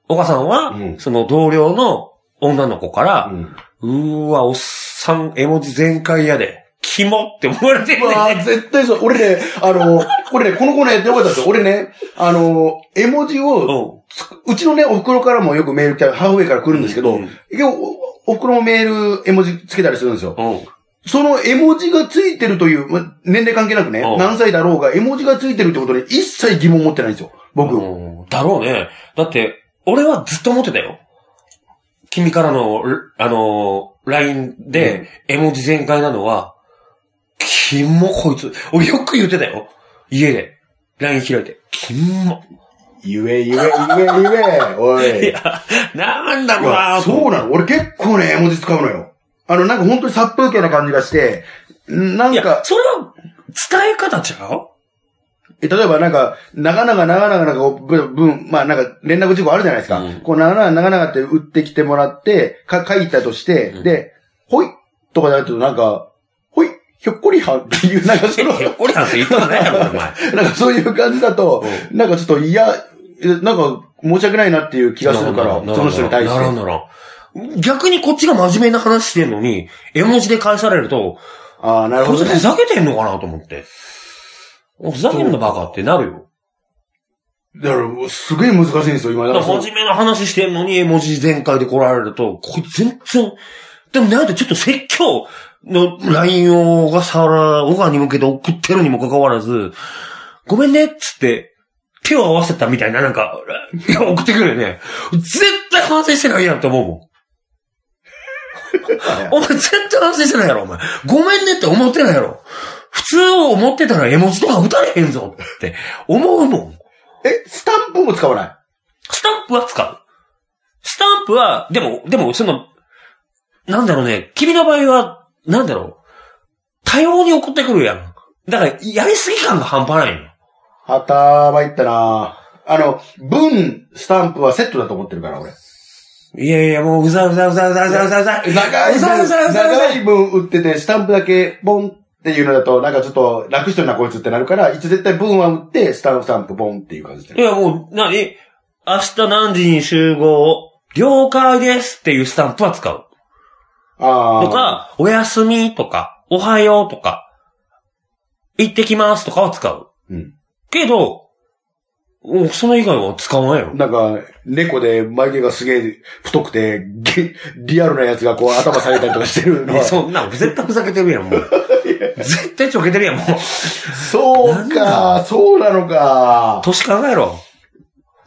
[SPEAKER 1] 岡さんは、
[SPEAKER 2] うん
[SPEAKER 1] その同僚の女の子から、
[SPEAKER 2] うん
[SPEAKER 1] うーわ、おっさん、絵文字全開やで。キモって思われてる
[SPEAKER 2] うわ
[SPEAKER 1] ね。
[SPEAKER 2] あ、絶対そう。俺ね、あの、俺ね、このコーナーやってよかったんですよ。俺ね、あの、絵文字
[SPEAKER 1] う
[SPEAKER 2] を、
[SPEAKER 1] ん。
[SPEAKER 2] つくうちのね、お袋からもよくメール来たり、母上から来るんですけど、
[SPEAKER 1] うん
[SPEAKER 2] 結構おお袋もメール、絵文字つけたりするんですよ。
[SPEAKER 1] うん。
[SPEAKER 2] その絵文字がついてるという、ま年齢関係なくね、
[SPEAKER 1] うん
[SPEAKER 2] 何歳だろうが、絵文字がついてるってことに一切疑問持ってないんですよ。僕。
[SPEAKER 1] うんだろうね。だって、俺はずっと思ってたよ。君からの、あのー、LINE で、絵文字全開なのは、キモこいつ。俺よく言ってたよ。家で。LINE 開いて。キモ。
[SPEAKER 2] ゆえゆえゆえゆえ、お
[SPEAKER 1] (laughs) い
[SPEAKER 2] い。
[SPEAKER 1] や、なんだ
[SPEAKER 2] い
[SPEAKER 1] ろう
[SPEAKER 2] や
[SPEAKER 1] な
[SPEAKER 2] そうなの俺結構ね、絵文字使うのよ。あの、なんか本当に殺風景な感じがして、ないん
[SPEAKER 1] や
[SPEAKER 2] か、、
[SPEAKER 1] それは、伝え方ちゃう
[SPEAKER 2] え例えばなんか、長々長々なんかこう、ぶぶまあなんか連絡事項あるじゃないですか。
[SPEAKER 1] うん
[SPEAKER 2] こう、長々長々って打ってきてもらって、か、書いたとして、
[SPEAKER 1] うん
[SPEAKER 2] で、ほいとかだとなんか、ほいひょっこりはんっていう、なんかその、
[SPEAKER 1] いや俺なんて言ったことないやろ、お前。
[SPEAKER 2] (laughs) なんかそういう感じだと、なんかちょっと嫌、えなんか申し訳ないなっていう気がするから、その人に対し
[SPEAKER 1] ならん
[SPEAKER 2] て。
[SPEAKER 1] ならん。逆にこっちが真面目な話してんのに、絵文字で返されると、
[SPEAKER 2] ああ、なる
[SPEAKER 1] こ
[SPEAKER 2] ほ
[SPEAKER 1] い
[SPEAKER 2] ど
[SPEAKER 1] つ
[SPEAKER 2] ね
[SPEAKER 1] ふ。ざけてんのかなと思って。ふざけんなバカってなるよ。
[SPEAKER 2] だから、すげえ難しいんですよ、今。だ
[SPEAKER 1] だ
[SPEAKER 2] か
[SPEAKER 1] からら
[SPEAKER 2] そ
[SPEAKER 1] 真
[SPEAKER 2] の
[SPEAKER 1] 面目な話してんのに絵文字全開で来られると、こいつ全然、でもなんかちょっと説教の LINE を小笠原、小川に向けて送ってるにもかかわらず、ごめんねっつって、手を合わせたみたいな、なんか、 (laughs) いや送ってくるよね。絶対反省してないやんって思うもん。お前絶対反省してないやろ、お前。ごめんねって思ってないやろ。普通を思ってたら絵文字とか打たれへんぞって思うもん。
[SPEAKER 2] え、スタンプも使わない
[SPEAKER 1] スタンプは使う。スタンプは、でも、でもその、なんだろうね、君の場合は、なんだろう、多様に送ってくるやん。だから、やりすぎ感が半端ないよ。
[SPEAKER 2] はたばいったなあの、文、スタンプはセットだと思ってるから、俺。
[SPEAKER 1] いやいや、もううざうざうざうざうざうざうざ。
[SPEAKER 2] 長いう文、
[SPEAKER 1] ざうざうざうざ
[SPEAKER 2] 長い文打ってて、スタンプだけ、ボンっていうのだと、なんかちょっと楽してるな、こいつってなるから、一応絶対文は打って、スタンプ、スタンプ、ボンっていう感じ
[SPEAKER 1] い
[SPEAKER 2] で。
[SPEAKER 1] や、もう、なに、明日何時に集合、了解ですっていうスタンプは使う。
[SPEAKER 2] ああ。
[SPEAKER 1] とか、おやすみとか、おはようとか、行ってきますとかは使う。
[SPEAKER 2] うん。
[SPEAKER 1] けど、うんその以外は使わないよ。
[SPEAKER 2] なんか、猫で眉毛がすげえ太くて、げリアルなやつがこう頭下げたりとかしてるの
[SPEAKER 1] (laughs)
[SPEAKER 2] は。
[SPEAKER 1] そんなん、絶対ふざけてるや (laughs) ん、もう。絶対ちょけてるやん、もう。
[SPEAKER 2] そう
[SPEAKER 1] な
[SPEAKER 2] か、そうなのか。
[SPEAKER 1] 年考えろ。っ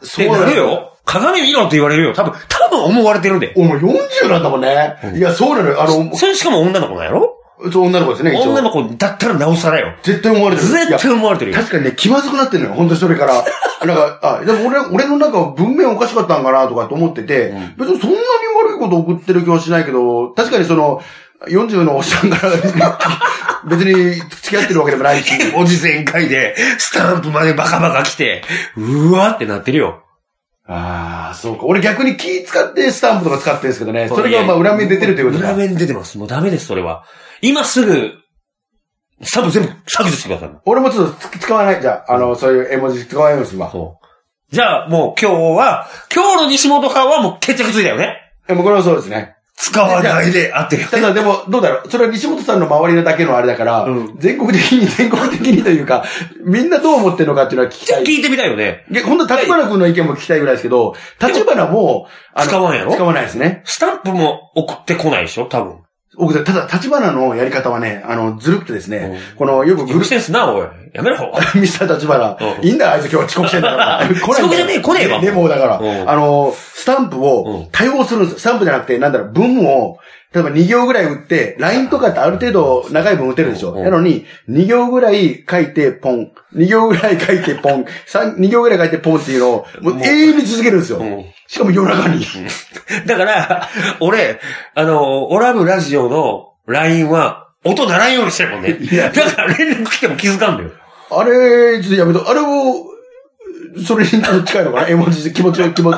[SPEAKER 2] そう
[SPEAKER 1] てな
[SPEAKER 2] の
[SPEAKER 1] る。よ。鏡見ろって言われるよ。多分、多分思われてるで。
[SPEAKER 2] 俺も40なんだもんね。いや、そうなのよ。あの、
[SPEAKER 1] それしかも女の子なんやろ
[SPEAKER 2] そう女の子ですね、一
[SPEAKER 1] 女
[SPEAKER 2] 応。
[SPEAKER 1] の子だったらなおさらよ。
[SPEAKER 2] 絶対思われてる。
[SPEAKER 1] 絶対
[SPEAKER 2] い
[SPEAKER 1] 思われてる
[SPEAKER 2] や
[SPEAKER 1] よ。
[SPEAKER 2] 確かにね、気まずくなってるのよ。本当にそれ
[SPEAKER 1] (laughs)
[SPEAKER 2] から。なんか、あ、でも俺、俺の中文面おかしかったんかなとかと思ってて、別にそんなに悪いこと送ってる気はしないけど、確かにその、40のおっさんから、別に付き合ってるわけでもないし、
[SPEAKER 1] おじ全開で、スタンプまでバカバカ来て、うわってなってるよ。
[SPEAKER 2] ああ、そうか。俺逆に気使ってスタンプとか使ってるんですけどね。 (laughs) それがまあ
[SPEAKER 1] いや
[SPEAKER 2] 裏面に出てるということ
[SPEAKER 1] 裏
[SPEAKER 2] か。
[SPEAKER 1] 面に出てます。もうダメです、それは。今すぐ、スタンプ全部削除してください。
[SPEAKER 2] 俺もちょっとつ使わない。じゃあ、あの、そういう絵文字使わないようにするわ。
[SPEAKER 1] そう。じゃあ、もう今日は、今日の西本派はもう決着ついたよね。
[SPEAKER 2] え、もうこれはそうですね。
[SPEAKER 1] 使わないであってよ。
[SPEAKER 2] ただでも、どうだろう。それは西本さんの周りのだけのあれだから、
[SPEAKER 1] うん
[SPEAKER 2] 全国的に、 (laughs) 全国的にというか、みんなどう思ってるのかっていうのは聞きたい。
[SPEAKER 1] 聞いてみたいよね。
[SPEAKER 2] でほんと、立花君の意見も聞きたいぐらいですけど、立花も、あの
[SPEAKER 1] 使わんやろ
[SPEAKER 2] 使わないですね。
[SPEAKER 1] スタンプも送ってこないでしょ多分。
[SPEAKER 2] 奥さんただ、立花のやり方はね、あの、ずるくてですね、
[SPEAKER 1] うん
[SPEAKER 2] この、よくグ
[SPEAKER 1] 許
[SPEAKER 2] ル
[SPEAKER 1] せんすな、おい。やめろ。 (laughs)
[SPEAKER 2] (laughs) ミスター立花
[SPEAKER 1] う、ん
[SPEAKER 2] いいんだよ、あいつ今日は遅刻してんだから。来ないんだよ
[SPEAKER 1] 遅刻じゃねえ (laughs) 来ねえわ
[SPEAKER 2] でもだから、
[SPEAKER 1] うん
[SPEAKER 2] あの、スタンプ
[SPEAKER 1] う
[SPEAKER 2] を
[SPEAKER 1] ん
[SPEAKER 2] 多用するんですよ。スタンプじゃなくて、なんだろう、文を、例えば2行ぐらい打って、LINE とかってある程度長い文打てるでしょ。
[SPEAKER 1] うん
[SPEAKER 2] なのに、2行ぐらい書いてポン、2行ぐらい書いてポン、三2行ぐらい書いてポンっていうのを、もう
[SPEAKER 1] もう
[SPEAKER 2] 永遠に続けるんですよ。
[SPEAKER 1] うん
[SPEAKER 2] しかも夜中に。
[SPEAKER 1] だから、俺、あの、オラブラジオの LINE は、音鳴らんようにしてるもんね。
[SPEAKER 2] いや
[SPEAKER 1] だから連絡来ても気づかんのよ。
[SPEAKER 2] あれ、ちょっとやめと、あれを、それに近いのかな絵文字で気持ちを、気持ち、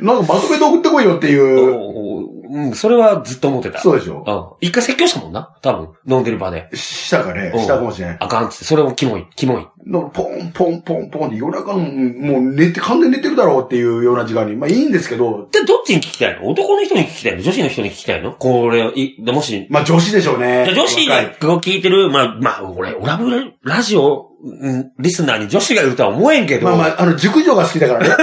[SPEAKER 2] なんかまとめて送ってこいよっていう、
[SPEAKER 1] うん、それはずっと思ってた。
[SPEAKER 2] そうでしょ
[SPEAKER 1] うん。一回説教したもんな。多分、飲んでる場で。
[SPEAKER 2] したかね
[SPEAKER 1] うん
[SPEAKER 2] したかもしれない。
[SPEAKER 1] あかんっつって、それもキモい、キモい。
[SPEAKER 2] のポンポンポンポンって夜中の、もう寝て、完全に寝てるだろうっていうような時間に。まあいいんですけど、
[SPEAKER 1] で、どっちに聞きたいの男の人に聞きたいの女子の人に聞きたいのこれ、いもし、
[SPEAKER 2] まあ女子でしょうね。
[SPEAKER 1] じゃあ女子
[SPEAKER 2] 若
[SPEAKER 1] が
[SPEAKER 2] い
[SPEAKER 1] 聞いてる、まあ、まあ、俺、オラブラジオ、うんリスナーに女子がいるとは思えんけど、
[SPEAKER 2] まあまあ、あの、熟女が好きだから
[SPEAKER 1] (laughs)
[SPEAKER 2] ね。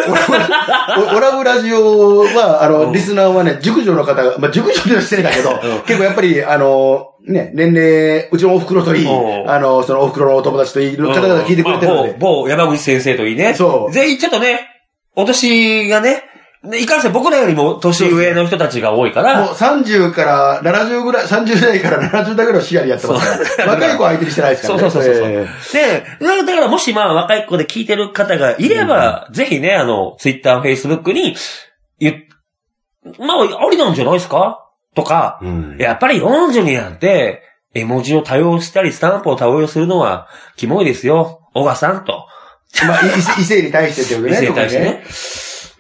[SPEAKER 2] オラブラジオは、あ
[SPEAKER 1] う
[SPEAKER 2] の、
[SPEAKER 1] ん
[SPEAKER 2] リスナーはね、熟女の方が、まあ熟女とはしてんだけど
[SPEAKER 1] うん、
[SPEAKER 2] 結構やっぱり、あの、ね、年齢、うちのお袋といい、
[SPEAKER 1] うん
[SPEAKER 2] あの、そのお袋のお友達といい、の方々が聞いてくれてるの
[SPEAKER 1] まあ
[SPEAKER 2] で。
[SPEAKER 1] 某某山口先生といいね。
[SPEAKER 2] そう
[SPEAKER 1] 全員ちょっとね、お年がね、ねいかんせん僕らよりも年上の人たちが多いか
[SPEAKER 2] もう
[SPEAKER 1] ら、
[SPEAKER 2] 30から70ぐらい、30代から70代ぐらいを視野にやってますから。若い子は相手にしてないですか
[SPEAKER 1] そ
[SPEAKER 2] ら
[SPEAKER 1] う
[SPEAKER 2] ね。
[SPEAKER 1] そうそうそうそう。
[SPEAKER 2] え
[SPEAKER 1] で
[SPEAKER 2] ー、
[SPEAKER 1] なだからもしまあ若い子で聞いてる方がいれば、ぜひね、あの、ツイッター、フェイスブックに、言っまあ、ありなんじゃないですかとか、やっぱり40になって、絵文字を多用したり、スタンプを多用するのは、キモいですよ。小川さんと。
[SPEAKER 2] まあ、い異性に対してってこと
[SPEAKER 1] 異
[SPEAKER 2] ね。
[SPEAKER 1] 性に対してね。
[SPEAKER 2] 特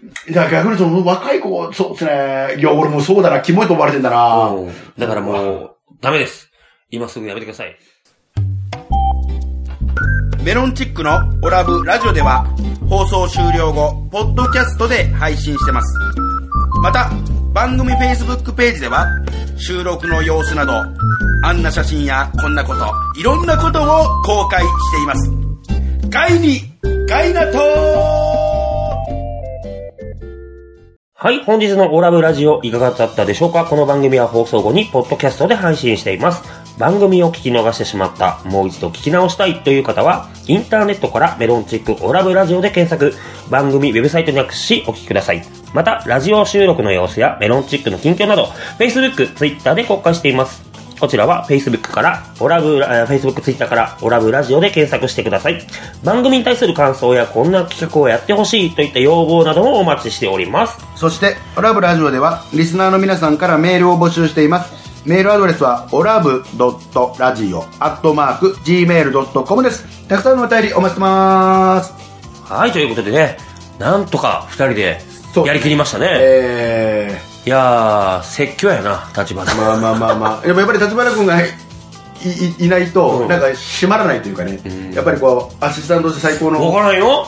[SPEAKER 2] にね。だから逆にその若い子、そうですね。いや、俺もそうだな、キモいと思われてんだな。
[SPEAKER 1] うんだからもう、ダメです。今すぐやめてください。
[SPEAKER 3] メロンチックのオラブラジオでは放送終了後、ポッドキャストで配信してます。また、番組 Facebook ページでは収録の様子など、あんな写真やこんなこと、いろんなことを公開しています。ガイに、ガイナトー
[SPEAKER 1] はい、本日のオラブラジオいかがだったでしょうかこの番組は放送後にポッドキャストで配信しています。番組を聞き逃してしまった、もう一度聞き直したいという方は、インターネットからメロンチックオラブラジオで検索、番組ウェブサイトにアクセスしお聞きください。また、ラジオ収録の様子やメロンチックの近況など、Facebook、Twitter で公開しています。こちらは Facebook から、オラブラ、えー Facebook、Twitter から、オラブラジオで検索してください。番組に対する感想や、こんな企画をやってほしいといった要望などもお待ちしております。
[SPEAKER 2] そして、オラブラジオでは、リスナーの皆さんからメールを募集しています。メールアドレスは、オラブドットラジオアットマーク gmail.com です。たくさんのお便りお待ちしてます。
[SPEAKER 1] はい、ということでね、なんとか二人で
[SPEAKER 2] そう
[SPEAKER 1] やりきりましたね。
[SPEAKER 2] え
[SPEAKER 1] いやー、説教やな、立
[SPEAKER 2] (laughs)
[SPEAKER 1] 場
[SPEAKER 2] ー、まあまあまあまあ。でもやっぱり立花君がいいいないと、なんか閉まらないというかね。やっぱりこう、アシスタントとして最高の。
[SPEAKER 1] わからんよ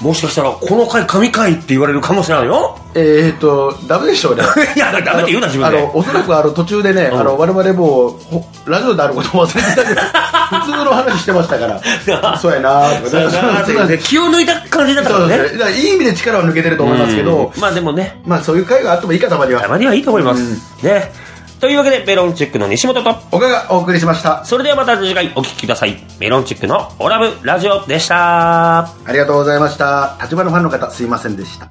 [SPEAKER 1] もしかしたら、この回、神回って言われるかもしれないよ。 (laughs)
[SPEAKER 2] えーっと、ダメでしょうね。
[SPEAKER 1] いや、ダメって言うな、自分
[SPEAKER 2] あ
[SPEAKER 1] で
[SPEAKER 2] の、。おそらくあの途中でね、あの、我々もう、ほラジオであることも忘れて
[SPEAKER 1] (laughs)
[SPEAKER 2] たけど、普通の話してましたから、そうやなー
[SPEAKER 1] (laughs)
[SPEAKER 2] と
[SPEAKER 1] そう
[SPEAKER 2] か
[SPEAKER 1] や
[SPEAKER 2] ね、
[SPEAKER 1] なーって
[SPEAKER 2] そうな
[SPEAKER 1] 言
[SPEAKER 2] んで
[SPEAKER 1] って気を抜いた感じだったか
[SPEAKER 2] そ
[SPEAKER 1] ら
[SPEAKER 2] う
[SPEAKER 1] ね
[SPEAKER 2] で。すねだからいい意味で力は抜けてると思いますけど、
[SPEAKER 1] まあでもね、
[SPEAKER 2] まあそういう会があってもいいか、たまに
[SPEAKER 1] た
[SPEAKER 2] は。
[SPEAKER 1] まにはいいと思います。ね。というわけで、メロンチックの西本と、
[SPEAKER 2] 岡がお送りしました。
[SPEAKER 1] それではまた次回お聞きください。メロンチックのオラブラジオでした。
[SPEAKER 2] ありがとうございました。立花ファンの方、すいませんでした。